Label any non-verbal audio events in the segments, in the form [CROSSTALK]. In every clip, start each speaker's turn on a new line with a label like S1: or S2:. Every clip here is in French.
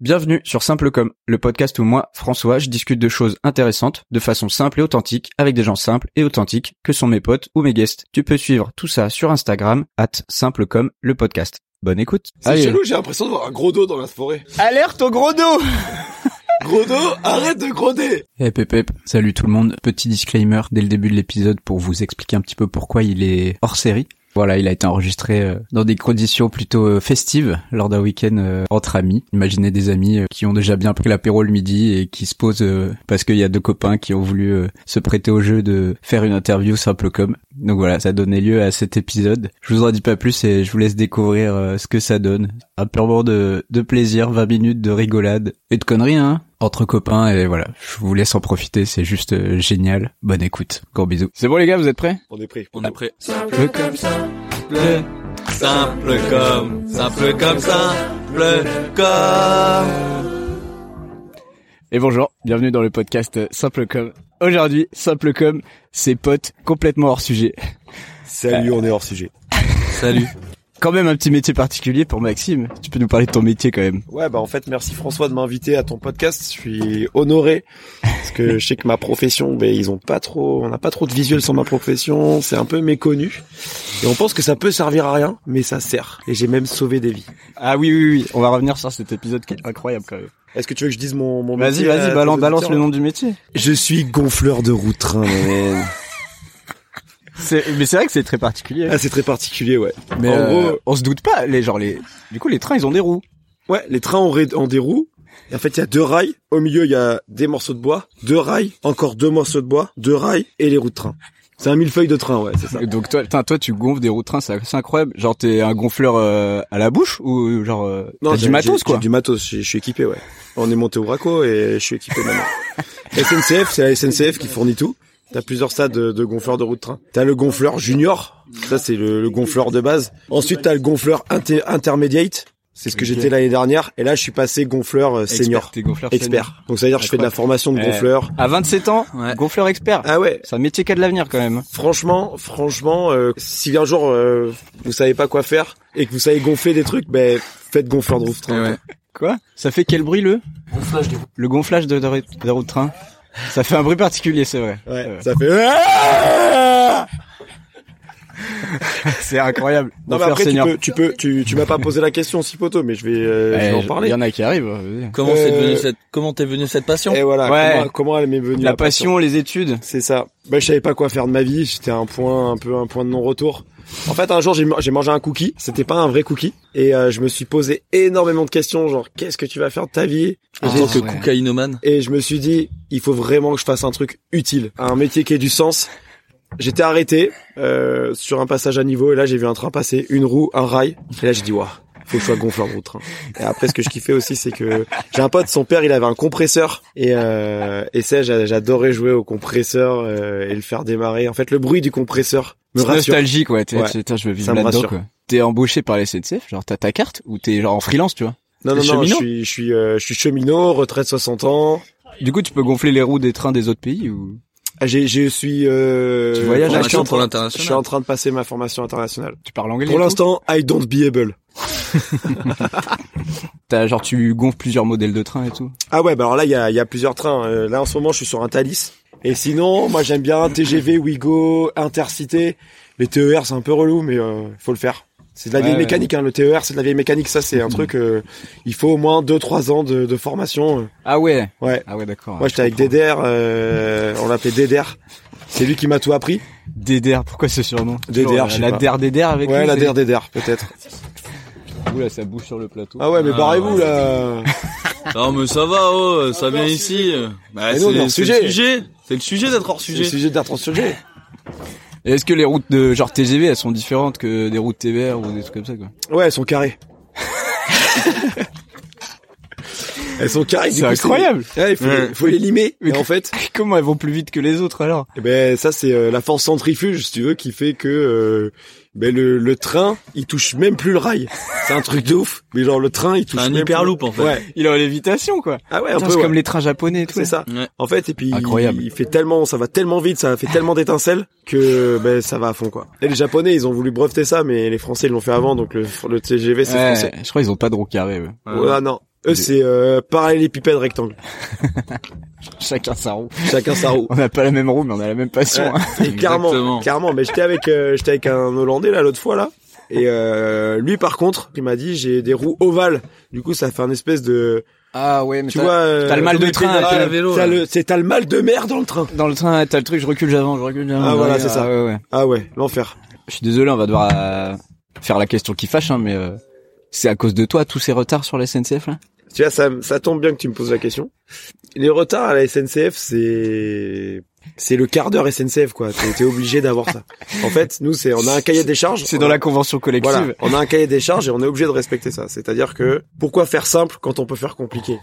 S1: Bienvenue sur Simple Comme, le podcast où moi, François, je discute de choses intéressantes, de façon simple et authentique, avec des gens simples et authentiques, que sont mes potes ou mes guests. Tu peux suivre tout ça sur Instagram, at Simple Comme, le podcast. Bonne écoute.
S2: C'est chelou, j'ai l'impression de voir un gros dos dans la forêt.
S1: Alerte au gros dos
S2: Gros
S1: [LAUGHS]
S2: dos, arrête de gronder
S1: Hey Pépé, salut tout le monde. Petit disclaimer dès le début de l'épisode pour vous expliquer un petit peu pourquoi il est hors série. Voilà, il a été enregistré euh, dans des conditions plutôt euh, festives lors d'un week-end euh, entre amis. Imaginez des amis euh, qui ont déjà bien pris l'apéro le midi et qui se posent euh, parce qu'il y a deux copains qui ont voulu euh, se prêter au jeu de faire une interview simple comme. Donc voilà, ça a donné lieu à cet épisode. Je vous en dis pas plus et je vous laisse découvrir euh, ce que ça donne. Un pur moment de, de plaisir, 20 minutes de rigolade et de conneries, hein entre copains et voilà, je vous laisse en profiter, c'est juste euh, génial. Bonne écoute, gros bisous. C'est bon les gars, vous êtes prêts
S2: On est pris.
S3: On est prêt.
S1: Simple comme
S3: Simple, simple comme, simple comme, simple comme.
S1: Et bonjour, bienvenue dans le podcast euh, Simple Comme. Aujourd'hui, Simple Comme, ses potes complètement hors sujet.
S2: Salut, on est hors sujet.
S3: Salut.
S1: Quand même un petit métier particulier pour Maxime. Tu peux nous parler de ton métier quand même.
S2: Ouais, bah en fait, merci François de m'inviter à ton podcast. Je suis honoré parce que je sais que ma profession, ben ils ont pas trop, on n'a pas trop de visuel sur ma profession. C'est un peu méconnu et on pense que ça peut servir à rien, mais ça sert. Et j'ai même sauvé des vies.
S1: Ah oui, oui, oui, on va revenir sur cet épisode qui est incroyable quand même.
S2: Est-ce que tu veux que je dise mon mon
S1: Vas-y,
S2: métier à
S1: vas-y,
S2: tes
S1: balance, balance
S2: auditeurs
S1: le nom du métier.
S2: Je suis gonfleur de routrin. [LAUGHS] man.
S1: C'est- Mais c'est vrai que c'est très particulier.
S2: ah, c'est très particulier, ouais.
S1: Mais
S2: en
S1: euh,
S2: gros-
S1: on se doute pas, les genre les. Du coup, les trains ils ont des roues.
S2: Ouais, les trains ont, ré- ont des roues. Et en fait, il y a deux rails. Au milieu, il y a des morceaux de bois, deux rails, encore deux morceaux de bois, deux rails et les roues de train. C'est un millefeuille de train, ouais, c'est ça.
S1: Et Donc toi, putain, toi tu gonfles des roues de train, c'est c'est incroyable. Genre t'es un gonfleur euh, à la bouche ou genre euh, t'as
S2: j'ai-
S1: du matos
S2: j'ai-
S1: quoi.
S2: j'ai Du matos, je je suis équipé, ouais. On est monté au braco et je suis équipé
S1: [LAUGHS]
S2: maintenant. SNCF, c'est la SNCF qui fournit tout. T'as plusieurs stades de, de gonfleurs de roue de train. T'as le gonfleur junior, ça c'est le, le gonfleur de base. Ensuite, t'as le gonfleur inter- intermediate, c'est ce que
S1: Ok.
S2: j'étais l'année dernière. Et là, je suis passé gonfleur euh, senior,
S1: Expert, t'es gonfleur senior.
S2: expert. Donc ça veut dire que je fais de la formation de
S1: Eh.
S2: gonfleur.
S1: À 27 ans,
S3: Ouais.
S1: gonfleur expert.
S2: Ah ouais,
S1: C'est un métier qui a de l'avenir quand même.
S2: Franchement, franchement, euh, si un jour euh, vous savez pas quoi faire et que vous savez gonfler des trucs, ben faites gonfleur de rouftrain.
S1: Quoi Ça fait quel bruit le Le gonflage de, de, de roue de train. Ça fait un bruit particulier, c'est vrai.
S2: Ouais,
S1: Euh,
S2: ça fait. Ah
S1: [LAUGHS] c'est incroyable.
S2: Non mais
S1: Gonfleur
S2: après tu
S1: senior.
S2: peux, tu peux, tu, tu m'as pas posé la question, si poteau, mais je vais, euh, je
S1: Eh,
S2: vais en
S1: je-
S2: parler.
S1: Il y en a qui arrivent. vas-y.
S3: Comment
S2: Euh,
S3: c'est venu cette, comment t'es venu cette passion
S2: Et voilà.
S1: Ouais.
S2: Comment, comment elle m'est venue
S1: La passion, les études.
S2: C'est ça. Bah, je savais pas quoi faire de ma vie. J'étais à un point, un peu un point de non-retour. En fait, un jour, j'ai ma- j'ai mangé un cookie. C'était pas un vrai cookie. Et euh, je me suis posé énormément de questions, genre qu'est-ce que tu vas faire de ta vie
S3: En
S2: J'ai-
S3: tant que
S1: Ah, ouais.
S3: cocaïnomane.
S2: et je me suis dit il faut vraiment que je fasse un truc utile, un métier qui ait du sens. J'étais arrêté euh, sur un passage à niveau et là j'ai vu un train passer, une roue, un rail et là j'ai dit waouh. Faut que je sois gonfleur de roue de train. Et après, ce que je kiffais aussi, c'est que j'ai un pote, son père, il avait un compresseur. Et, euh, et ça, j'a- j'adorais jouer au compresseur euh, et le faire démarrer. En fait, le bruit du compresseur me
S1: C'est
S2: rassure.
S1: nostalgique, ouais. t'es-
S2: Ouais.
S1: t'es- putain, je veux
S2: Ça
S1: vivre
S2: me
S1: là-dedans,
S2: rassure.
S1: quoi. T'es embauché par les SNCF, genre t'as ta carte ou t'es genre en freelance, tu vois.
S2: Non, non,
S1: T'es
S2: non, je
S1: cheminot
S2: suis, je suis, euh, je suis cheminot, retraite 60 ans.
S1: Du coup, tu peux gonfler les roues des trains des autres pays ou
S2: Ah, J'ai, je suis. Euh,
S1: Tu voyages,
S2: là, je suis en
S3: Formation pour
S2: train- je suis en
S3: l'international.
S2: train de passer ma formation internationale.
S1: tu parles anglais et
S2: Pour
S1: tout
S2: l'instant, I don't be able.
S1: T'as genre tu gonfles plusieurs modèles de trains et tout.
S2: Ah ouais, bah alors là, il y a, il y a plusieurs trains. Euh, là, en ce moment, je suis sur un Thalys. Et sinon, moi, j'aime bien TGV, Ouigo, Intercité. Les TER, c'est un peu relou, mais euh, faut le faire. C'est de la
S1: Ouais,
S2: vieille
S1: ouais.
S2: mécanique, hein. Le TER, c'est de la vieille mécanique. Ça, c'est un truc. euh, il faut au moins 2-3 ans de, de formation. euh.
S1: Ah ouais.
S2: Ouais.
S1: Ah ouais, d'accord.
S2: Moi, j'étais avec Dédère. euh, on l'appelait Dédère. C'est lui qui m'a tout appris.
S1: DDR, pourquoi ce surnom
S2: DDR,
S1: Genre,
S2: je sais
S1: La
S2: pas.
S1: DDR DDR avec
S2: Ouais,
S1: nous,
S2: la
S1: c'est-
S2: Dédère, Dédère, peut-être.
S1: Oula, ça bouge sur le plateau.
S2: Ah ouais, mais
S3: Ah,
S2: barrez-vous
S3: ouais.
S2: là.
S3: Non mais ça va, oh, ça vient ici.
S2: Mais
S3: Bah, c'est
S2: nous, on est hors
S3: c'est
S2: sujet.
S3: le sujet. C'est le sujet d'être hors
S2: C'est le
S3: sujet.
S2: sujet d'être en sujet.
S1: Et Est-ce que les routes de genre TGV elles sont différentes que des routes TVR ou des trucs comme ça quoi
S2: Ouais, elles
S1: [LAUGHS]
S2: sont carrées. elles sont carrées. du
S1: C'est
S2: coup,
S1: incroyable.
S2: Ouais, il faut,
S3: Ouais.
S2: faut les limer.
S1: Mais
S2: Mais en fait,
S1: Comment elles vont plus vite que les autres alors
S2: eh ben ça c'est euh, la force centrifuge, si tu veux, qui fait que euh, ben, le, le train il touche même plus le rail. C'est un truc de ouf. Mais genre le train il touche
S3: un
S2: même
S3: hyperloop,
S2: plus-
S3: en fait.
S2: Ouais.
S1: Il est en lévitation quoi.
S2: Ah ouais, un
S1: Putain,
S2: peu.
S1: c'est
S2: ouais.
S1: comme les trains japonais et tout.
S2: C'est ça.
S3: Ouais.
S2: En fait, et puis
S1: Incroyable.
S2: il fait tellement, ça va tellement vite, ça fait tellement d'étincelles que ben ça va à fond quoi. Et les Japonais, ils ont voulu breveter ça, mais les Français ils l'ont fait avant, donc le, le TGV c'est
S1: Ouais,
S2: français.
S1: je crois qu'ils ont pas de roue carrée. ouais.
S2: Ouais, non. Eux, c'est euh, parallélépipède rectangle.
S1: Chacun sa roue.
S2: Chacun sa
S1: [LAUGHS]
S2: roue.
S1: On n'a pas la même roue, mais on a la même passion. hein.
S2: Et clairement,
S3: Exactement.
S2: clairement, mais j'étais avec, euh, j'étais avec un Hollandais là l'autre fois là. Et euh, lui par contre, il m'a dit j'ai des roues ovales. Du coup, ça fait un espèce de,
S1: Ah ouais, mais
S2: tu
S1: t'as-
S2: vois, euh,
S1: t'as le mal de
S2: les
S1: train
S2: pédales,
S1: avec
S3: le vélo,
S2: t'as
S3: là.
S2: le- c'est t'as le mal de mer dans le train.
S1: dans le train, t'as le truc, je recule j'avance, je recule j'avance.
S2: Ah, voilà,
S1: Ouais,
S2: c'est ça.
S1: ouais, ouais.
S2: Ah ouais, l'enfer.
S1: Je suis désolé, on va devoir euh, faire la question qui fâche, hein, mais euh, c'est à cause de toi tous ces retards sur la SNCF là.
S2: Tu vois, ça, ça tombe bien que tu me poses la question. Les retards à la SNCF, c'est c'est le quart d'heure SNCF quoi. T'es t'es obligé d'avoir ça. En fait, nous c'est on a un cahier des charges.
S1: C'est dans la convention collective.
S2: Voilà, on a un cahier des charges et on est obligé de respecter ça. C'est-à-dire que pourquoi faire simple quand on peut faire compliqué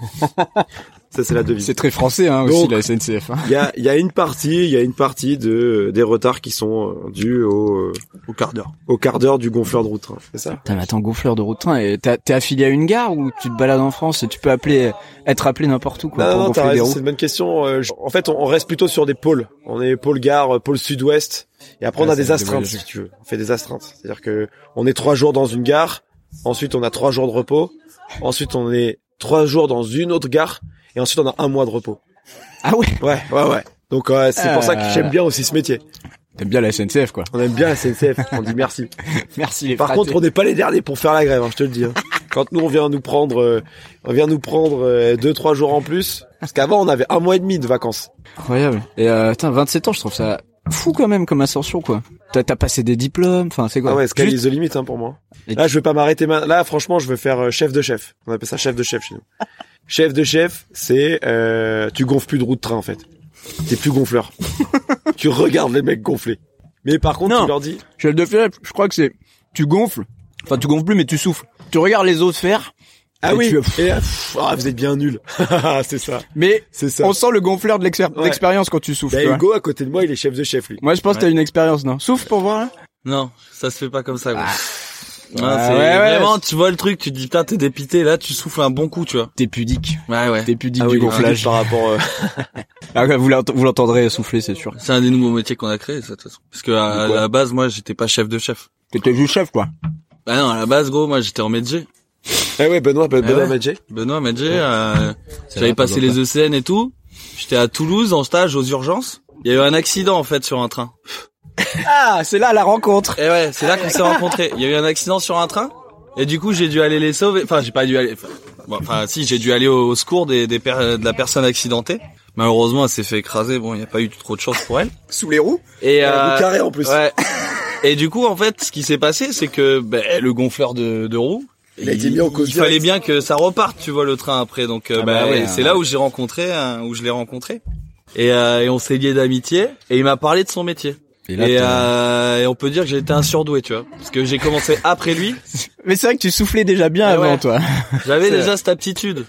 S2: Ça c'est la devise.
S1: C'est très français hein, aussi
S2: Donc-
S1: la SNCF. hein.
S2: Il y a, il y a une partie, il y a une partie de des retards qui sont euh, dus au euh, au quart d'heure, au quart d'heure du gonfleur de route train. C'est ça
S1: Putain, mais attends, gonfleur de route de train, et t'as- t'es affilié à une gare ou tu te balades en France et tu peux appeler, être appelé n'importe où quoi,
S2: Non,
S1: pour
S2: non, t'as
S1: gonfler des
S2: raison,
S1: roues.
S2: c'est une bonne question. Euh, je- En fait, on, on reste plutôt sur des pôles. On est pôle gare, euh, pôle sud-ouest, et après on
S1: Ouais,
S2: a
S1: c'est
S2: des
S1: un
S2: astreintes,
S1: dévoyage.
S2: si tu veux. On fait des astreintes, c'est-à-dire que on est trois jours dans une gare, ensuite on a trois jours de repos, ensuite on est trois jours dans une autre gare, et ensuite on a un mois de repos.
S1: Ah ouais
S2: Ouais, ouais, ouais. Donc euh, c'est pour ça que
S1: Euh.
S2: j'aime bien aussi ce métier.
S1: T'aimes bien la SNCF quoi.
S2: On aime bien la SNCF, on dit merci.
S1: Merci les
S2: Par
S1: fratés.
S2: contre, on n'est pas les derniers pour faire la grève, hein, je te le dis. hein. Quand nous on vient nous prendre, euh, on vient nous prendre euh, deux trois jours en plus, parce qu'avant on avait un mois et demi de vacances.
S1: Incroyable. Et euh, putain, 27 ans, je trouve ça fou quand même comme ascension quoi. T'as t'as passé des diplômes, enfin c'est quoi
S2: Ah ouais, Sky
S1: Juste-
S2: is the limit hein, pour moi.
S1: Et
S2: Là, je vais pas m'arrêter. ma- Là, franchement, je veux faire euh, chef de chef. On appelle ça chef de chef chez nous. chef de chef, c'est euh, tu gonfles plus de roue de train en fait. T'es plus gonfleur. tu regardes les mecs gonfler. Mais par contre,
S1: Non.
S2: tu leur dis
S1: Chef de file, je crois que c'est tu gonfles. Enfin tu gonfles plus mais tu souffles. Tu regardes les autres faire.
S2: ah
S1: Et
S2: oui,
S1: tu-
S2: et, euh, pff, ah, vous êtes
S1: [LAUGHS]
S2: bien nuls. c'est ça,
S1: Mais
S2: c'est ça.
S1: on sent le gonfleur de l'expér-
S2: Ouais.
S1: d'expérience quand tu souffles.
S2: Bah,
S1: tu vois.
S3: hein.
S2: Hugo à côté de moi, il est chef de chef lui.
S1: Moi je pense que
S3: Ouais.
S1: t'as une expérience non Souffle pour voir là.
S3: Non, ça se fait pas comme ça. Gros. Non,
S1: Ah,
S3: c'est
S1: ouais, ouais.
S3: vraiment, tu vois le truc, tu te dis putain, t'es dépité, là, tu souffles un bon coup, tu vois.
S1: T'es pudique.
S3: Ouais, ouais.
S1: T'es pudique
S2: Ah
S1: du
S2: oui,
S1: gonflage.
S2: par
S1: [LAUGHS]
S2: rapport. euh,
S1: Ah, vous l'ent- vous l'entendrez souffler c'est sûr.
S3: C'est un des nouveaux métiers qu'on a créé, ça, de toute façon. Parce que à, à
S1: Pourquoi
S3: la base, moi, j'étais pas chef de chef.
S1: T'étais juste chef quoi.
S3: Bah non, à la base, gros, moi, j'étais en métier.
S1: Ah
S2: Eh ouais, Benoît, Ben-
S3: Eh
S2: Benoît
S3: ouais.
S2: Madjé.
S3: Benoît m'a dit, euh,
S1: vrai,
S3: j'avais passé
S1: toujours
S3: les ECN et tout. J'étais à Toulouse en stage aux urgences. Il y a eu un accident en fait sur un train.
S1: Ah c'est là la rencontre.
S3: Et ouais, c'est là qu'on s'est rencontrés. Il y a eu un accident sur un train. Et du coup, j'ai dû aller les sauver. Enfin, j'ai pas dû aller. Enfin, bon, enfin, si, j'ai dû aller au, au secours des, des per- de la personne accidentée. Malheureusement, elle s'est fait écraser. Bon, il n'y a pas eu trop de chance pour elle.
S1: Sous les roues.
S3: Et
S2: Le
S3: euh,
S2: carré en plus.
S3: ouais. [LAUGHS] Et du coup, en fait, ce qui s'est passé, c'est que ben, le gonfleur de, de roues.
S2: Il a été mis en cause
S3: Il fallait
S2: directe.
S3: bien que ça reparte, tu vois, le train après. Donc, euh,
S1: Ah
S3: ben,
S1: bah ouais,
S3: ouais, c'est
S1: hein.
S3: là où j'ai rencontré, hein, où je l'ai rencontré. Et, euh, et on s'est lié d'amitié. Et il m'a parlé de son métier.
S1: Et là,
S3: Et,
S1: t'as-
S3: euh, et on peut dire que j'ai été un surdoué, tu vois, parce que j'ai commencé après lui.
S1: Mais c'est vrai que tu soufflais déjà bien
S3: Ah
S1: avant
S3: ouais.
S1: toi.
S3: J'avais
S1: [LAUGHS] C'est
S3: déjà cette aptitude.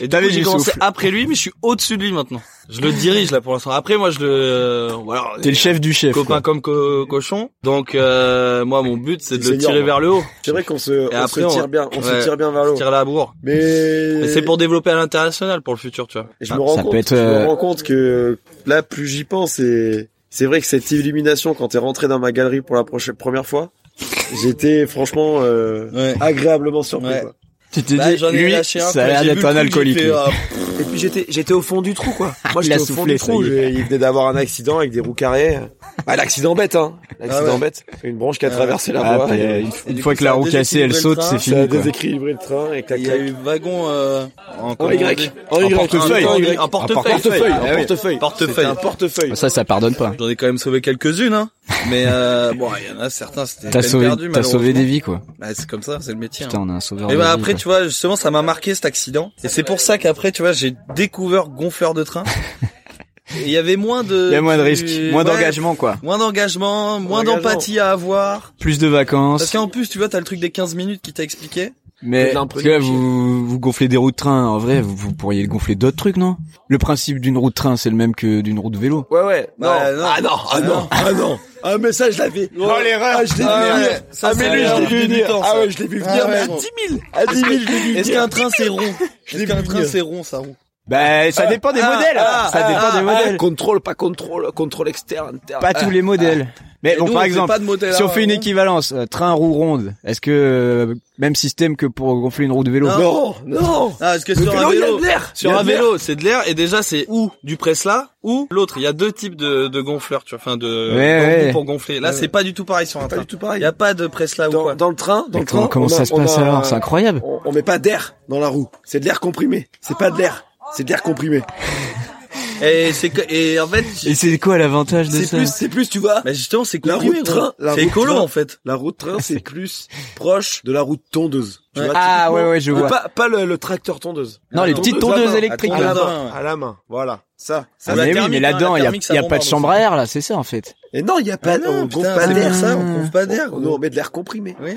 S3: Et du
S1: T'avais
S3: coup, j'ai
S1: du
S3: commencé
S1: souffle.
S3: après lui, mais je suis au-dessus de lui maintenant. Je le dirige là pour l'instant. Après, moi, je le. euh, Voilà, on est
S1: T'es le chef du chef.
S3: Copain
S1: quoi.
S3: comme co- cochon. Donc, euh, moi, mon but, c'est de
S2: C'est
S3: le
S2: senior,
S3: tirer
S2: moi.
S3: vers le haut.
S2: C'est vrai qu'on se, on
S3: après,
S2: se
S3: on-
S2: tire bien, on
S3: ouais.
S2: se tire bien vers le haut.
S3: Tirer la bourre.
S2: Mais,
S3: Et c'est pour développer à l'international pour le futur, tu vois.
S2: Et je
S1: Ah,
S2: me rends
S1: ça
S2: compte,
S1: peut être,
S2: je me
S1: euh,
S2: rends compte que là, plus j'y pense, et c'est vrai que cette illumination, quand t'es rentré dans ma galerie pour la proche- première fois, j'étais franchement euh,
S3: Ouais.
S2: agréablement surpris.
S3: Ouais.
S2: quoi.
S1: Tu t'es
S3: Ah. Bah,
S1: dit,
S3: j'en ai
S1: lui,
S3: lâché un,
S1: ça a
S3: quand
S1: l'air
S3: j'ai vu
S1: d'être
S3: le
S1: un
S3: truc,
S1: alcoolique.
S3: j'ai fait,
S1: lui.
S3: ah,
S2: Et puis j'étais, j'étais au fond du trou,
S1: [LAUGHS]
S2: quoi. Moi,
S1: Il a
S2: j'étais au fond
S1: soufflé,
S2: du
S1: ça
S2: trou.
S1: y est.
S2: je- Il venait d'avoir un accident avec des roues carrées. Ah, l'accident bête, hein. L'accident
S3: Ah ouais.
S2: bête. Une branche qui a
S3: Ah
S2: traversé
S1: Ah,
S2: la voie.
S1: puis, euh,
S2: et
S1: une-
S3: Et
S1: une
S3: du
S1: fois
S3: coup,
S1: que la
S3: ça a
S1: roue cassée, elle
S3: déséquilibré le
S1: saute,
S3: train.
S1: c'est
S2: Ça a
S1: fini. quoi.
S2: déséquilibré le train avec la
S3: Il y a
S2: claque.
S3: eu wagon euh, en,
S2: En Y.
S3: En
S1: Y.
S3: portefeuille.
S1: En
S2: Y.
S1: En
S3: En portefeuille.
S1: portefeuille.
S2: Portefeuille,
S1: Ah oui.
S2: un portefeuille.
S3: Portefeuille.
S2: C'était Un portefeuille.
S1: Ça, ça pardonne pas.
S3: J'en ai quand même sauvé quelques-unes, hein. Mais euh, bon, il y en a certains, c'était
S1: T'as
S3: peine
S1: sauvé,
S3: perdue,
S1: t'as sauvé
S3: malheureusement.
S1: des vies, quoi.
S3: Bah, c'est comme ça, c'est le métier.
S1: Putain, on a un sauveur.
S3: Et
S1: de
S3: bah
S1: vie,
S3: après,
S1: quoi.
S3: tu vois, justement, ça m'a marqué cet accident. Et c'est pour ça qu'après, tu vois, j'ai découvert gonfleur de
S1: [LAUGHS]
S3: train. Et Il y avait moins de.
S1: Il y a moins de
S3: tu-
S1: risques, moins
S3: ouais,
S1: d'engagement, quoi.
S3: Moins d'engagement, moins
S2: d'engagement.
S3: d'empathie à avoir.
S1: Plus de
S3: Parce
S1: vacances.
S3: qu'en plus, tu vois, t'as le truc des 15 minutes qui t'a expliqué.
S1: Mais
S2: de
S1: parce que là, vous, vous gonflez des roues de train. En vrai, vous, vous pourriez gonfler d'autres trucs, non Le principe d'une roue de train, c'est le même que d'une roue de vélo.
S2: Ouais, ouais. Non.
S3: Bah, non.
S2: Ah non, ah non, ah non. Ah, mais ça, je l'avais. Oh, l'erreur. Ah, je l'ai vu
S3: Ah,
S2: venir.
S3: ouais. Ça,
S2: Ah, mais
S3: c'est
S2: lui, je
S3: un
S2: l'ai vu venir.
S3: débutant,
S2: Ah,
S3: ça.
S2: ouais, je l'ai vu venir,
S3: Ah,
S2: mais
S3: ouais,
S2: à
S3: bon.
S2: 10 000. À 10 000, je l'ai vu
S3: Est-ce
S2: venir.
S3: qu'un train, c'est rond
S2: l'ai
S3: Est-ce qu'un
S2: vu
S3: train,
S2: venir.
S3: c'est rond, ça roue
S1: Ben,
S2: Ah,
S1: ça dépend des modèles. ça dépend des modèles.
S2: Contrôle, pas contrôle, contrôle externe, interne.
S1: pas
S2: Ah,
S1: tous les modèles. Mais
S3: Et
S1: bon,
S3: nous, on
S1: par
S3: fait
S1: exemple,
S3: pas de motel
S1: si on
S3: à-
S1: fait une équivalence, euh, train roue ronde, est-ce que euh, même système que pour gonfler une roue de vélo
S3: Non.
S2: Non, non.
S3: Ah, parce que
S2: Le
S3: sur un
S2: vélo, il y a
S3: vélo,
S2: de l'air. Il
S3: sur
S2: y a
S3: un
S2: de l'air.
S3: vélo, c'est de l'air et déjà c'est ou du presse-là ou l'autre. Il y a deux types de, de gonfleurs, tu vois, enfin de
S1: Ouais,
S3: d'embouts
S1: ouais.
S3: pour gonfler. Là, c'est pas du tout pareil sur un
S2: Pas
S3: train.
S2: du tout
S3: Il
S2: pareil.
S3: y a pas de presse-là ou quoi.
S2: Dans, dans le train, dans
S1: Mais
S2: le
S1: comment,
S2: train.
S1: comment
S2: hein. on
S1: ça
S2: a-
S1: se
S2: on
S1: passe
S2: a-
S1: alors C'est incroyable.
S2: on, on met pas d'air dans la roue. C'est de l'air comprimé. C'est pas de l'air. C'est de l'air comprimé.
S3: Et c'est que- et en fait,
S4: Et c'est quoi l'avantage de
S2: C'est
S4: ça
S2: plus, c'est plus, tu vois.
S3: mais justement, c'est
S2: La
S3: comprimé,
S2: roue de
S3: gros.
S2: train, la
S3: C'est
S2: roue de
S3: écolo
S2: train.
S3: en fait.
S2: La roue de train, c'est plus proche de la roue de tondeuse. Tu
S3: Ouais.
S2: vois,
S1: Ah
S2: typiquement.
S1: ouais ouais je
S2: Mais
S1: vois.
S2: Pas, pas le, le tracteur tondeuse.
S1: Non,
S3: Ah,
S1: les
S3: non.
S1: petites
S2: Tondeuse à
S1: tondeuses
S2: main.
S1: électriques.
S2: À hein. Ah, la
S3: là.
S2: main, à la main. Voilà. Ça, ça.
S1: Ah,
S3: la
S1: mais oui,
S3: thermique,
S1: mais
S3: hein, la
S1: là-dedans, il y a,
S3: thermique, ça
S1: y a pas
S3: bombarde
S1: de chambre à
S3: aussi.
S1: air là, c'est ça en fait.
S2: Et non, il y a pas,
S3: Ah non,
S2: on
S3: putain,
S2: gonfle pas
S3: c'est
S2: d'air.
S3: pour ça, on gonfle pas d'air.
S2: On,
S3: gros.
S2: on met de l'air comprimé.
S3: Oui.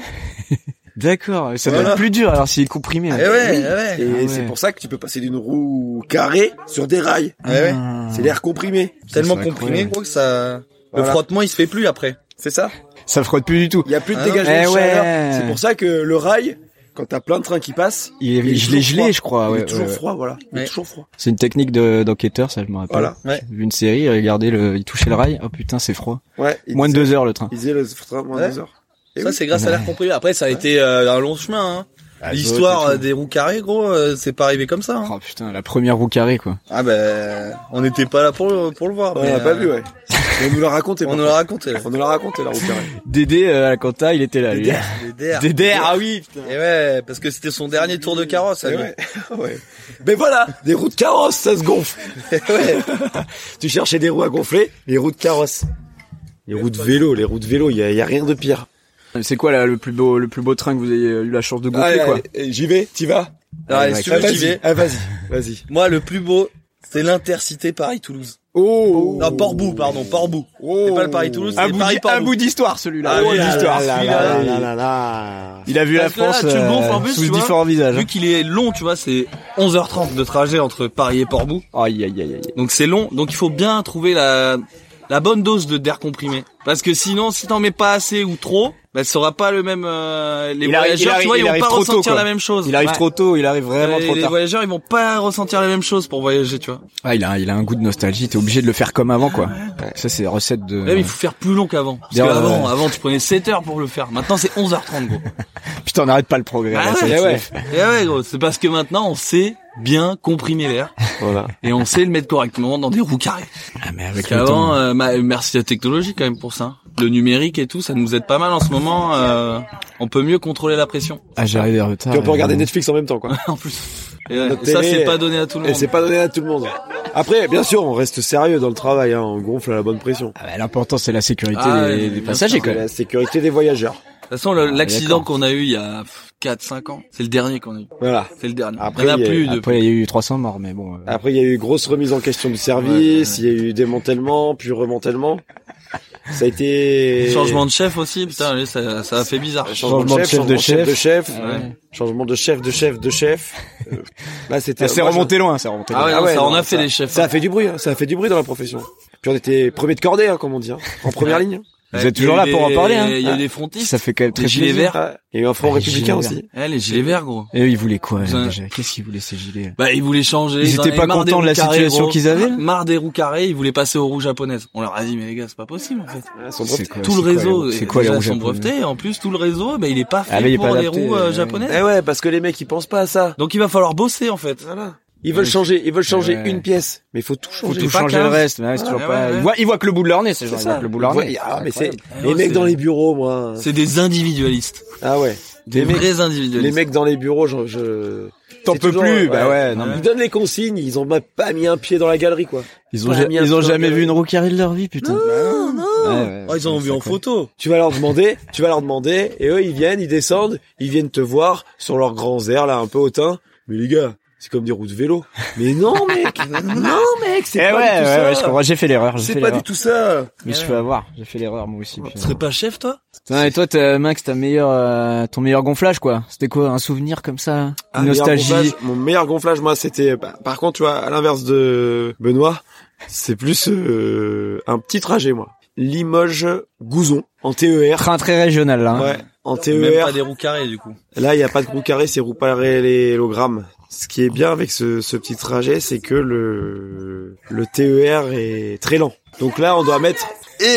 S4: D'accord, ça doit
S3: Voilà.
S4: être plus dur alors s'il est comprimé.
S3: Eh ouais, ouais.
S2: Et
S4: Ah ouais.
S2: bah c'est pour ça que tu peux passer d'une roue carrée sur des rails.
S3: Eh ouais.
S4: Ah.
S2: C'est l'air comprimé.
S3: Tellement
S4: c'est
S3: comprimé,
S4: incroyable.
S3: gros, que ça, le
S2: Voilà.
S3: frottement, il se fait plus après.
S2: C'est ça.
S1: Ça frotte plus du tout.
S2: Il y a plus de
S3: Ah,
S2: dégagement
S1: eh
S2: de
S1: ouais.
S2: chaleur. C'est pour ça que le rail, quand t'as plein de trains qui passent,
S1: Il est,
S2: Il est
S1: je l'ai
S2: toujours
S1: gelé
S2: froid.
S1: je crois.
S2: il
S1: Ah ouais,
S2: est toujours
S1: ouais, ouais.
S2: froid, voilà. Il
S3: Ouais.
S2: est toujours froid.
S1: C'est une technique de- d'enquêteur ça je me rappelle.
S2: Voilà.
S3: Ouais.
S1: J'ai vu une série, regardez le, il touchait le rail. Oh putain c'est froid.
S2: Ouais. il
S1: Moins de
S2: disait-
S1: deux heures le train.
S2: Il disait le train moins
S3: Ouais.
S2: deux heures. Et
S3: Ça,
S2: oui.
S3: c'est grâce à l'air comprimé. Après, ça a été euh, un long chemin. Hein.
S2: Ah,
S3: L'histoire euh, des roues carrées, gros, euh, c'est pas arrivé comme ça. hein.
S1: Oh putain la première roue carrée quoi.
S3: Ah ben, on n'était pas là pour le, pour le voir.
S2: On
S3: mais,
S2: l'a pas
S3: euh,
S2: vu, ouais. Mais on nous l'a raconté.
S3: On
S2: par
S3: nous l'a raconté. là.
S2: contre. On nous l'a raconté, la roue carrée.
S1: Dédé euh, à la Quanta, il était là. lui.
S3: [LAUGHS] Les DR.
S1: Dédé ah oui. putain.
S3: Et ouais, parce que c'était son dernier tour de carrosse. à
S2: Eh
S1: Ah
S3: lui.
S2: ouais. ouais. [LAUGHS] Mais voilà, des roues de carrosse, ça se gonfle.
S3: ouais.
S2: [LAUGHS] tu cherchais des roues à gonfler, les roues de carrosse. Les roues de vélo, les roues de vélo, il y a, y a rien de pire.
S1: Euh, C'est quoi là, le plus beau le plus beau train que vous ayez eu la chance de
S2: Allez,
S1: goûter quoi
S2: allez, eh, J'y vais, t'y vas.
S3: Alors,
S1: Ouais,
S3: Ah, si
S1: ouais,
S3: tu veux,
S2: vas-y,
S3: j'y vais.
S2: ah, vas-y, vas-y.
S3: Moi, le plus beau, c'est l'intercité Paris-Toulouse.
S1: Oh,
S3: Non, Portbou, pardon, Portbou. C'est pas le Paris-Toulouse,
S1: un
S3: c'est
S1: bout, d'hi- un
S3: Paris-Portbou.
S1: bout d'histoire celui-là.
S2: Oh
S3: Ah
S1: Un bout
S3: oui, là,
S1: d'histoire.
S3: là,
S1: celui-là.
S3: là,
S1: Il a vu
S3: Parce
S1: la
S3: que là,
S1: France
S3: tu le gonfles en
S1: euh,
S3: plus, tu
S1: sous
S3: vois.
S1: différents visages.
S3: Vu qu'il est long, tu vois, c'est 11h30 de trajet entre Paris et Portbou.
S1: Aïe aïe aïe aïe.
S3: Donc c'est long, donc il faut bien trouver la, la bonne dose de d'air comprimé. Parce que sinon, si t'en mets pas assez ou trop, bah, ça aura pas le même. euh, les
S1: Il arrive-
S3: voyageurs,
S1: il arrive-
S3: tu vois,
S1: il
S3: ils vont
S1: arrive
S3: pas
S1: trop tôt,
S3: ressentir
S1: quoi.
S3: la même chose.
S1: Il arrive
S3: Ouais.
S1: trop tôt, il arrive vraiment
S3: les,
S1: trop
S3: les
S1: tard.
S3: voyageurs, ils vont pas ressentir la même chose pour voyager, tu vois.
S1: Ah, il a, il a un goût de nostalgie. T'es obligé de le faire comme avant, quoi. Ça, c'est recette de.
S3: Là, mais il faut faire plus long qu'avant. Parce
S1: Bien,
S3: qu'avant,
S1: ouais.
S3: avant, tu prenais 7 heures pour le faire. Maintenant, c'est 11h30, gros.
S1: Putain, on n'arrête pas le progrès.
S3: Ah
S1: là,
S3: ouais,
S1: c'est-
S3: eh ouais. Eh ouais, gros. C'est parce que maintenant, on sait bien comprimer l'air.
S2: Voilà.
S3: Et on sait le mettre correctement dans des roues carrées.
S1: Ah, mais
S3: Parce
S1: avec le
S3: qu'avant,
S1: temps.
S3: euh, ma- merci à la technologie quand même pour ça. Le numérique et tout, ça nous aide pas mal en ce moment. euh, on peut mieux contrôler la pression. [LAUGHS]
S1: Ah, j'arrive vers retard.
S2: Puis on peut
S1: euh,
S2: regarder Netflix en même temps, quoi.
S3: en plus, et, euh,
S2: Notre
S3: ça
S2: télé,
S3: c'est pas donné à tout le
S2: Et
S3: monde.
S2: c'est pas donné à tout le monde. Après, bien sûr, on reste sérieux dans le travail, hein, on gonfle à la bonne pression.
S1: Ah, bah, L'important, c'est la sécurité des,
S3: Ah, ouais,
S1: des
S3: bien
S1: passagers,
S3: sûr.
S1: quoi.
S2: C'est la sécurité des voyageurs.
S3: De toute façon, le- l'accident
S1: d'accord.
S3: qu'on a eu il y a 4-5 ans, c'est le dernier qu'on a eu.
S2: Voilà.
S3: C'est le dernier.
S2: Après,
S3: il y en a
S2: il y a-
S3: plus de.
S1: Après, il y a eu 300 morts, mais bon. euh,
S3: Ah,
S2: Après, il y a eu grosse remise en question du service, il y a eu démantèlement, puis remantèlement. Ça a été... Euh,
S3: Changement de chef aussi, putain, lui, ça, ça a fait bizarre.
S2: Changement de chef,
S1: de
S2: changement de chef, de chef,
S3: Ouais.
S2: changement de chef, de chef, de chef. Euh, Là, c'était.
S1: Ah, c'est
S2: moi,
S1: remonté loin, c'est remonté
S3: Ah ouais,
S1: loin.
S3: non, ça, on
S2: non,
S3: a fait des chefs.
S2: Ça a fait du bruit, hein, ça a fait du bruit dans la profession. Puis on était premier de cordée, hein, comme on dit, hein, en première ligne.
S1: Vous êtes toujours là pour en parler, hein.
S3: Il y a eu
S1: Ah.
S3: des frontistes.
S1: Ça fait quand même
S3: Les
S1: très
S3: gilets
S1: plaisir.
S3: verts.
S2: Ah, Il y a eu un front
S1: Ah, les
S2: républicain
S1: gilets
S2: aussi.
S3: Eh, les gilets verts, gros.
S1: Et eux, ils voulaient quoi, là,
S3: Ouais.
S1: déjà? Qu'est-ce qu'ils voulaient, ces gilets? là
S3: Bah, ils voulaient changer.
S1: Ils
S3: en
S1: étaient
S3: avaient
S1: pas
S3: marre des
S1: contents de la
S3: roues carrées,
S1: situation
S3: gros.
S1: qu'ils avaient, là
S3: Marre des roues carrées, ils voulaient passer aux roues japonaises. On leur a dit, mais les gars, c'est pas possible, en fait.
S2: Ah, son
S1: C'est
S2: brevet.
S1: quoi,
S3: tout
S1: c'est
S3: le
S1: quoi,
S3: réseau
S1: les-
S3: est
S1: C'est quoi les
S3: déjà
S1: rouges
S3: sont
S1: japonais
S3: brevetés. En plus, tout le réseau, ben, il est pas fait
S1: Ah, mais il est
S3: pour
S1: pas
S3: les
S1: adapté,
S3: roues euh,
S1: ouais.
S3: japonaises.
S2: Eh ouais, parce que les mecs, ils pensent pas à ça.
S3: Donc il va falloir bosser en fait.
S2: Voilà. Ils veulent changer, ils veulent changer une pièce, mais il faut tout
S1: Faut
S2: changer.
S1: tout
S3: pas
S1: changer le
S3: 15.
S1: reste, mais ouais, c'est toujours
S3: Ouais,
S1: pas.
S3: ouais, ouais.
S1: Ils, voient, ils voient que le bout de leur nez, ces
S2: C'est
S1: gens. Ils
S2: ça.
S1: voient que le bout de leur nez.
S2: Ouais, ah, mais c'est
S1: incroyable.
S2: les
S3: Ouais,
S2: mecs
S3: c'est-
S2: dans les bureaux, moi.
S3: C'est des individualistes,
S2: Ah ouais.
S3: des
S2: Les mecs,
S3: vrais
S2: les
S3: individualistes.
S2: mecs dans les bureaux, je. je...
S1: T'en
S2: c'est
S1: peux
S2: toujours,
S1: plus,
S2: euh,
S1: bah ouais. Non,
S3: Ouais.
S1: mais
S2: Ils donnent les consignes, ils ont même pas mis un pied dans la galerie, quoi.
S1: ils ont,
S2: Pas
S1: ja-
S2: mis un
S1: ils ont
S2: pied dans
S1: jamais
S2: la
S1: vu une roue carrée de leur vie, putain.
S2: Ah,
S3: Non, non.
S1: Ouais, ouais,
S3: Oh, ils en ont
S1: c'est
S3: vu en
S1: incroyable.
S3: photo.
S2: Tu vas leur demander, tu vas leur demander, et eux ils viennent, ils descendent, ils viennent te voir sur leurs grands airs là, un peu hautain. Mais les gars, c'est comme des roues de vélo. Mais non [LAUGHS] mec, non mec, c'est
S1: Eh ouais,
S2: pas
S1: ouais,
S2: du tout ça.
S1: ouais, je comprends. J'ai fait l'erreur, j'ai
S2: c'est
S1: fait
S2: pas du
S1: l'erreur.
S2: tout ça.
S1: Mais je peux avoir, j'ai fait l'erreur moi aussi.
S3: Tu
S2: [LAUGHS]
S1: puis- euh.
S3: serais pas chef toi
S1: Non, et toi, t'as- Max, ta meilleure, euh, ton meilleur gonflage, quoi. C'était quoi, un souvenir comme ça,
S2: Ah,
S1: une
S2: meilleur
S1: nostalgie.
S2: gonflage. Mon meilleur gonflage, moi, c'était. bah, par contre, tu vois, à l'inverse de Benoît, c'est plus euh, un petit trajet, moi. Limoges Gouzon en TER.
S1: Train très régional, là. hein.
S2: Ouais, en E
S3: Même
S2: TER.
S3: pas des roues carrées du coup.
S2: Là, il y a pas de roue carrée, c'est roue parallélogrammes. Ce qui est bien avec ce, ce petit trajet, c'est que le, le TER est très lent. Donc là, on doit mettre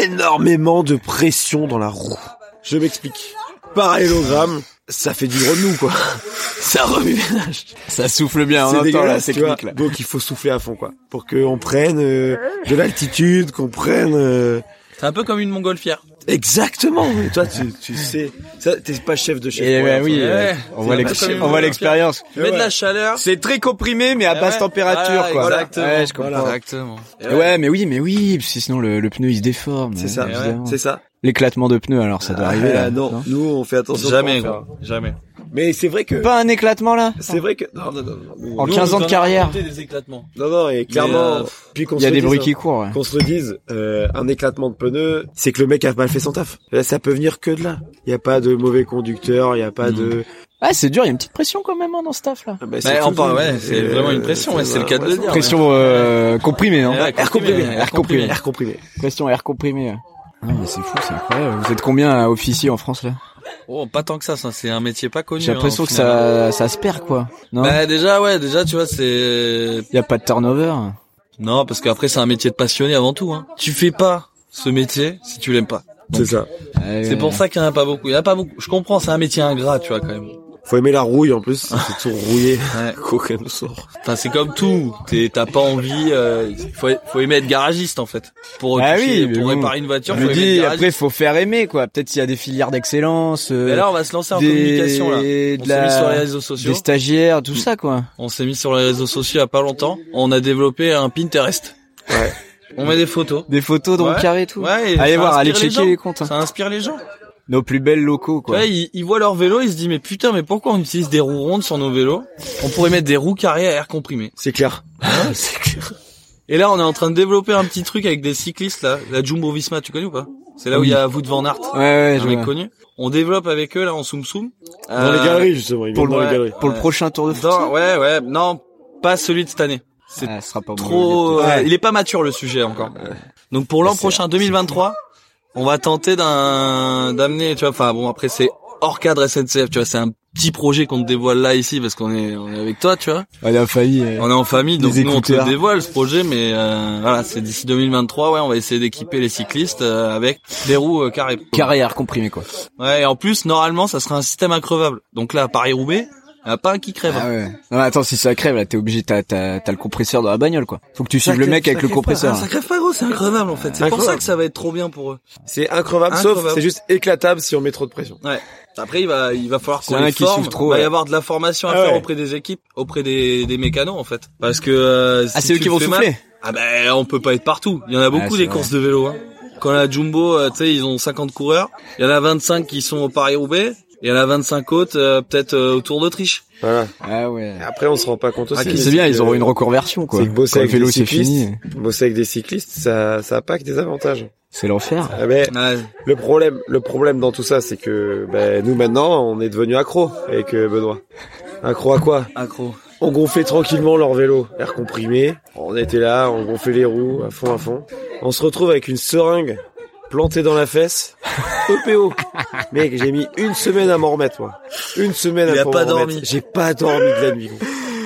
S2: énormément de pression dans la roue. Je m'explique. Parallélogramme, ça fait du remous, quoi. [LAUGHS] Ça remue ménage.
S5: Ça souffle bien en
S2: C'est
S5: même temps, la
S2: dégueulasse, tu vois.
S5: technique, là.
S2: Donc il faut souffler à fond, quoi. Pour qu'on prenne euh, de l'altitude, qu'on prenne... euh,
S3: C'est un peu comme une montgolfière.
S2: Exactement. mais toi, tu, tu sais... Ça, t'es pas chef de chez
S1: Et
S2: toi,
S1: ben
S2: hein, toi.
S1: oui, euh,
S3: Ouais.
S1: on voit
S3: C'est
S1: l'ex-
S3: un peu comme
S1: on voit
S3: une
S1: l'expérience.
S3: Tu mets de la chaleur.
S1: C'est très comprimé, mais à
S3: Eh
S1: basse
S3: ouais.
S1: température,
S3: Voilà,
S1: quoi.
S3: exactement.
S1: Ouais, je comprends.
S2: Voilà.
S3: Exactement. Et
S1: Ouais. mais oui, mais oui, parce que sinon le, le pneu il se déforme.
S2: C'est ça,
S1: Eh Ouais,
S3: ouais,
S1: évidemment.
S2: c'est ça.
S1: L'éclatement de pneu, alors ça doit arriver.
S2: Ah,
S1: là,
S2: non, nous on fait attention.
S3: Jamais,
S2: pour en
S3: gros. Jamais.
S2: faire. Mais c'est vrai que.
S1: Pas un éclatement là
S2: C'est vrai que. Non, non, non. non, nous,
S1: En
S2: nous,
S1: 15 ans de carrière.
S3: Des éclatements.
S2: Non, non, et clairement.
S3: euh,
S2: puis qu'on
S1: Il y a
S2: se
S1: des
S2: dise,
S1: bruits
S2: hein,
S1: qui courent. ouais.
S2: Qu'on se le dise, euh, un éclatement de pneu, c'est que le mec a mal fait son taf. Là, ça peut venir que de là. Il y a pas de mauvais conducteur, il y a pas
S3: Mhm.
S2: de.
S1: Ah, c'est dur, il y a une petite pression quand même hein, dans ce taf là.
S2: Bah,
S3: Bah, on
S2: tout,
S3: parle,
S2: tout.
S3: ouais, c'est
S2: Euh,
S3: vraiment une pression, ouais, c'est le cas de le dire.
S1: Pression euh, comprimée, hein.
S3: Ouais, ouais,
S2: Air comprimé,
S1: air comprimé.
S2: Air comprimé.
S1: Pression air comprimé. ouais. Non Ah, mais c'est fou, c'est incroyable. Vous êtes combien à officier en France là
S3: Oh, pas tant que ça, ça, c'est un métier pas connu.
S1: J'ai l'impression
S3: hein, au
S1: que ça,
S3: final.
S1: ça se perd quoi. Non
S3: Bah, déjà, ouais, déjà, tu vois, c'est...
S1: Il y a pas de turnover.
S3: Non, parce qu'après, c'est un métier de passionné avant tout, hein. Tu fais pas ce métier si tu l'aimes pas.
S2: C'est ça.
S3: C'est pour ça qu'il y en a pas beaucoup. Il y en a pas beaucoup. Je comprends, c'est un métier ingrat, tu vois, quand même.
S2: Faut aimer la rouille en plus, c'est tout rouillé. [LAUGHS]
S3: Ouais.
S2: Coquin de sort.
S3: Enfin, c'est comme tout. T'es- T'as pas envie, euh, faut, faut aimer être garagiste, en fait. Pour,
S1: Ah
S3: toucher-
S1: oui, mais
S3: pour
S1: bon.
S3: réparer une voiture,
S1: Je
S3: faut
S1: me
S3: aimer être
S1: dis,
S3: garagiste.
S1: après faut faire aimer quoi. Peut-être s'il y a des filières d'excellence. euh,
S3: Mais là, on va se lancer en
S1: des-
S3: communication, là.
S1: de
S3: On
S1: la-
S3: s'est mis sur les réseaux sociaux.
S1: des stagiaires, tout ça quoi.
S3: On s'est mis sur les réseaux sociaux il y a pas longtemps. On a développé un Pinterest.
S2: Ouais.
S3: On met des photos.
S1: Des photos de
S3: Ouais.
S1: Roncaré et tout.
S3: Ouais, et
S1: allez
S3: ça
S1: voir, allez
S3: inspire les
S1: checker
S3: gens.
S1: les comptes. hein.
S3: Ça inspire les gens.
S1: Nos plus belles locaux quoi.
S3: Là, ils, ils voient leur vélo, ils se disent mais putain, mais pourquoi on utilise des roues rondes sur nos vélos On pourrait mettre des roues carrées à air comprimé.
S2: C'est clair.
S3: Ah, Et là, on est en train de développer un petit truc avec des cyclistes là, la Jumbo Visma, tu connais ou pas C'est là où il y a Wout van Aert,
S1: Ouais ouais,
S3: un
S1: je
S3: mec
S1: vois.
S3: connu. On développe avec eux là en Soum Soum.
S2: Dans
S3: Euh,
S2: les galeries, justement. ils
S1: pour
S2: viennent
S1: le-
S2: dans les galeries.
S1: Pour le prochain tour de foot.
S3: Dans, ouais, ouais, non, pas celui de cette année. c'est
S1: Ah, ce sera pas bon.
S3: Trop, euh, il est pas mature le sujet encore. Donc pour l'an prochain 2023, on va tenter d'un d'amener, tu vois. Enfin bon, après c'est hors cadre SNCF, tu vois. C'est un petit projet qu'on te dévoile là ici parce qu'on est on est avec toi, tu vois.
S1: Elle a failli. euh,
S3: On est en famille, donc
S1: Des
S3: nous on te le
S1: écouteurs.
S3: dévoile ce projet, mais euh, voilà, c'est d'ici 2023, ouais, on va essayer d'équiper les cyclistes euh, avec des roues euh, carrées.
S1: Carrière comprimée quoi.
S3: Ouais, et en plus normalement ça sera un système increvable. Donc là à Paris Roubaix, il y en a pas un qui crève.
S1: Ah ouais. Non mais attends, si ça crève là, t'es obligé, t'as t'as t'as le compresseur dans la bagnole quoi. Faut que tu suives le mec avec le compresseur.
S3: Ah, Ça crève pas gros, c'est increvable en fait. C'est pour
S2: Increvable.
S3: ça que ça va être trop bien pour eux.
S2: C'est increvable, sauf
S3: Increvable.
S2: c'est juste éclatable si on met trop de pression.
S3: Après, il va, il va falloir
S1: S'il y
S3: qu'on
S1: en a
S3: les
S1: qui
S3: forme.
S1: suivent trop,
S3: il va
S1: ouais.
S3: y avoir de la formation à
S2: Ah
S3: faire
S2: ouais.
S3: auprès des équipes, auprès des, des mécanos en fait. Parce que euh,
S1: Ah
S3: si
S1: c'est eux
S3: tu
S1: qui
S3: le
S1: vont
S3: fais mal-
S1: souffler. Ah,
S3: Ah ben, on peut pas être partout. Il y en a beaucoup
S1: c'est
S3: des
S1: vrai.
S3: courses de vélo. Hein. Quand la Jumbo, euh, tu sais, ils ont 50 coureurs. Il y en a 25 qui sont au Paris Roubaix. Il y en a 25 autres, euh, peut-être euh, autour d'Autriche.
S2: Voilà.
S1: Ah ouais. Ah,
S2: Après, on se rend pas
S3: Ah,
S2: compte aussi. mais
S1: c'est bien,
S2: que-
S1: ils auront une reconversion quoi.
S2: C'est que bosser
S1: Quand le
S2: avec
S1: vélo
S2: des
S1: c'est fini,
S2: cyclistes, bosser avec des cyclistes, ça, ça a pas que des avantages.
S1: c'est l'enfer.
S2: Ah ben,
S3: Ouais.
S2: le problème, le problème dans tout ça, c'est que ben, nous maintenant, on est devenus accro avec euh, Benoît. Accro à quoi
S3: Ah, Accro.
S2: On gonflait tranquillement leur vélo, air comprimé. On était là, on gonflait les roues à fond à fond. On se retrouve avec une seringue plantée dans
S1: [LAUGHS]
S2: la fesse. EPO. Mec, j'ai mis une semaine à m'en remettre, moi. Une semaine
S3: Il
S2: à
S3: a
S2: m'en
S3: pas
S2: remettre.
S3: dormi.
S2: J'ai pas dormi de la nuit. gros.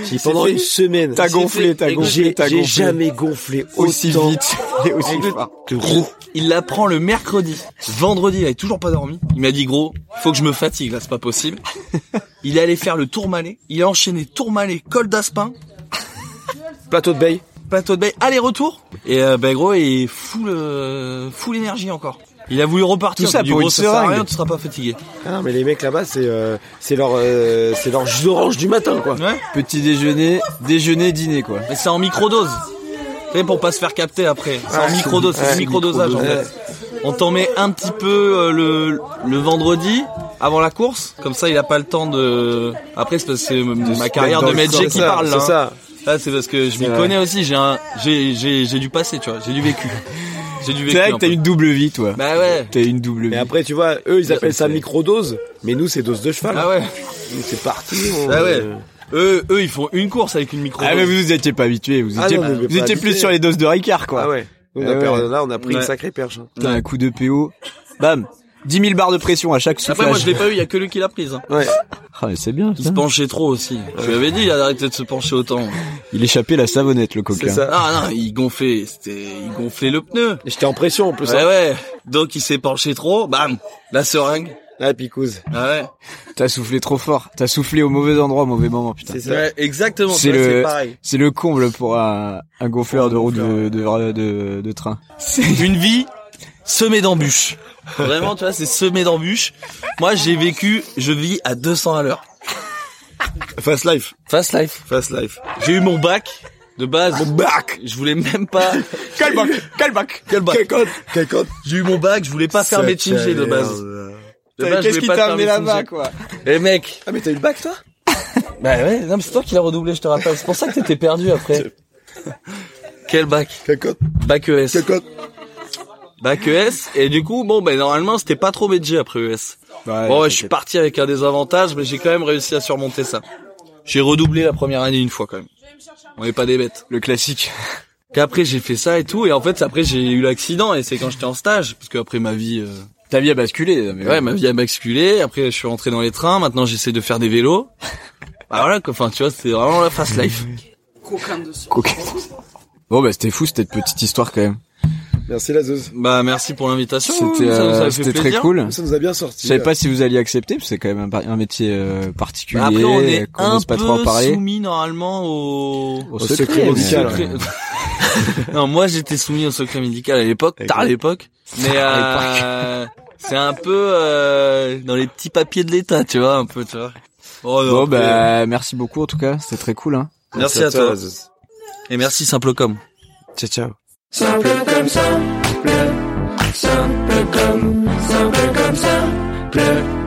S2: J'ai
S3: C'est
S2: pendant
S3: fini
S2: une semaine.
S1: T'as
S3: C'est
S1: gonflé,
S3: fait.
S1: t'as
S3: Écoute,
S1: gonflé,
S2: J'ai
S1: t'as
S2: j'ai
S1: gonflé.
S2: jamais gonflé
S1: aussi
S2: autant
S1: vite et aussi
S3: Écoute,
S1: fort.
S2: de roues.
S3: Il l'apprend le mercredi. Vendredi, il avait toujours pas dormi. Il m'a dit gros, faut que je me fatigue là, c'est
S1: [LAUGHS]
S3: pas possible. Il est allé faire le Tourmalet. Il a enchaîné Tourmalet, col d'Aspin,
S2: Plateau de Bay.
S3: plateau de bail aller-retour. Et euh, ben gros, il est full, euh, full énergie encore. Il a voulu repartir.
S1: Tout ça
S3: Il a dit,
S1: pour
S3: gros,
S1: une
S3: ça sert à
S1: seringue.
S3: rien, tu seras pas fatigué.
S2: Ah non, mais les mecs là-bas, c'est euh, c'est leur euh, c'est leur jus d'orange du matin, quoi.
S3: Ouais.
S1: Petit déjeuner, déjeuner, dîner quoi.
S3: Mais c'est en microdose. Tu sais, pour pas se faire capter après. C'est en microdose, c'est du microdosage en fait. On t'en met un petit peu euh, le, le vendredi avant la course, comme ça il a pas le temps de. Après c'est parce que c'est ma carrière
S2: dans
S3: de
S2: le
S3: medjay
S2: corps,
S3: qui
S2: c'est ça,
S3: parle là.
S2: C'est
S3: hein.
S2: ça.
S3: Là c'est parce que je m'y
S2: vrai.
S3: connais aussi. J'ai un, j'ai j'ai j'ai du passé, tu vois. J'ai du vécu. J'ai du vécu.
S1: C'est vrai que
S3: un
S1: t'as
S3: peu.
S1: une double vie toi.
S3: Bah ouais.
S1: T'as une double
S2: Mais
S1: vie.
S2: après, tu vois, eux, ils appellent ça
S1: c'est-
S2: microdose, mais nous, c'est dose de cheval.
S3: Ah ouais.
S2: Nous, C'est parti. on-
S3: Ah ouais. Eux, eux, ils font une course avec une micro.
S1: Ah mais vous étiez pas habitué, vous
S2: Ah
S1: étiez,
S2: non, mais
S1: vous
S2: pas
S1: étiez
S2: habitué.
S1: plus sur les doses de Ricard quoi.
S2: Ah ouais. Nous, on a
S1: Ah ouais.
S2: perdu- là, on a pris
S3: Ouais.
S2: une sacrée perche. hein.
S1: T'as un coup de PO, bam. 10 000 barres de pression à chaque soufflage.
S3: Après, moi, je l'ai pas eu, il y a que lui qui l'a prise. hein.
S2: Ouais.
S1: Ah, mais c'est bien.
S3: Il se
S1: Ça.
S3: penchait trop aussi. Je lui avais dit, arrêtez de se pencher autant.
S1: Il échappait la savonnette, le
S2: C'est
S1: coquin.
S2: ça.
S3: Ah non, il gonflait, c'était, il gonflait le pneu.
S2: Et J'étais en pression en plus.
S3: Ouais,
S2: hein.
S3: ouais. Donc il s'est penché trop, bam, la seringue.
S2: Ah, picouse.
S3: Ah ouais.
S1: T'as soufflé trop fort. T'as soufflé au mauvais endroit, au mauvais moment, putain.
S2: C'est ça.
S3: Ouais, exactement.
S1: C'est
S3: Ouais,
S1: le-
S3: pareil.
S1: C'est le comble pour un, un gonfleur de route de, de, de, de train.
S3: Une vie semée d'embûches. Vraiment, tu vois, c'est semé d'embûches. Moi, j'ai vécu, je vis à 200 à l'heure.
S2: Fast life.
S3: Fast life.
S2: Fast life.
S3: J'ai eu mon bac de base. Mon bac. Je voulais même pas.
S1: Quel bac Quel [LAUGHS] bac
S3: [LAUGHS] Quel bac
S2: Quel code Quel code
S3: J'ai eu mon bac. Je voulais pas faire médecine G de base. De base, je
S1: Qu'est-ce
S3: voulais
S1: qui t'a
S3: pas faire
S1: amené
S3: médecine
S1: là-bas,
S3: G.
S1: quoi
S3: Eh mec.
S2: Ah mais t'as eu le bac toi
S3: Bah ouais. Non, mais c'est toi qui l'as redoublé, je te rappelle. C'est pour ça que t'étais perdu après. [LAUGHS] Quel bac
S2: Quel code
S3: Bac ES.
S2: Quel code
S3: Bac ES. Et du coup, bon, ben normalement, c'était pas trop métier après ES. bon, ouais, je suis parti avec un désavantage, mais j'ai quand même réussi à surmonter ça. J'ai redoublé la première année une fois quand même. On n'est pas des bêtes.
S1: Le classique.
S3: Qu'après j'ai fait ça et tout, et en fait après j'ai eu l'accident, et c'est quand j'étais en stage, parce qu'après ma vie, euh,
S1: Ta vie a basculé. Mais
S3: ouais, ma vie a basculé. Après je suis rentré dans les trains. Maintenant j'essaie de faire
S1: [LAUGHS]
S3: des vélos. Bah voilà, quoi. enfin tu vois, c'est vraiment la fast life.
S1: Coquin. Bon, bah, c'était fou, cette petite histoire, quand même.
S2: Merci la zeuze.
S3: Bah merci pour l'invitation.
S1: C'était,
S3: ça nous a
S1: euh,
S3: fait
S1: c'était très
S3: plaisir.
S1: cool.
S2: Ça nous a bien
S1: Je
S2: sorti.
S1: savais pas si vous alliez accepter, parce que c'est quand même un, par- un métier euh, particulier,
S3: Bah, après on est
S1: eh, qu'on
S3: un
S1: n'ose pas
S3: peu
S1: trop en parler.
S3: soumis normalement au.
S1: Au
S2: secret
S1: mais-
S2: médical,
S3: secret- [LAUGHS] non, moi j'étais soumis au secret médical à l'époque, tard à l'époque. Mais euh, [LAUGHS]
S1: [LAUGHS]
S3: c'est un peu euh, dans les petits papiers de l'État, tu vois, un peu, tu vois. Oh, non,
S1: Bon,
S3: après,
S1: bah, merci beaucoup, en tout cas. C'était très cool, hein.
S3: merci à toi.
S2: la zeuze.
S3: Et merci Simplecom.
S2: Ciao ciao.
S6: simple comme, simple, simple comme simple,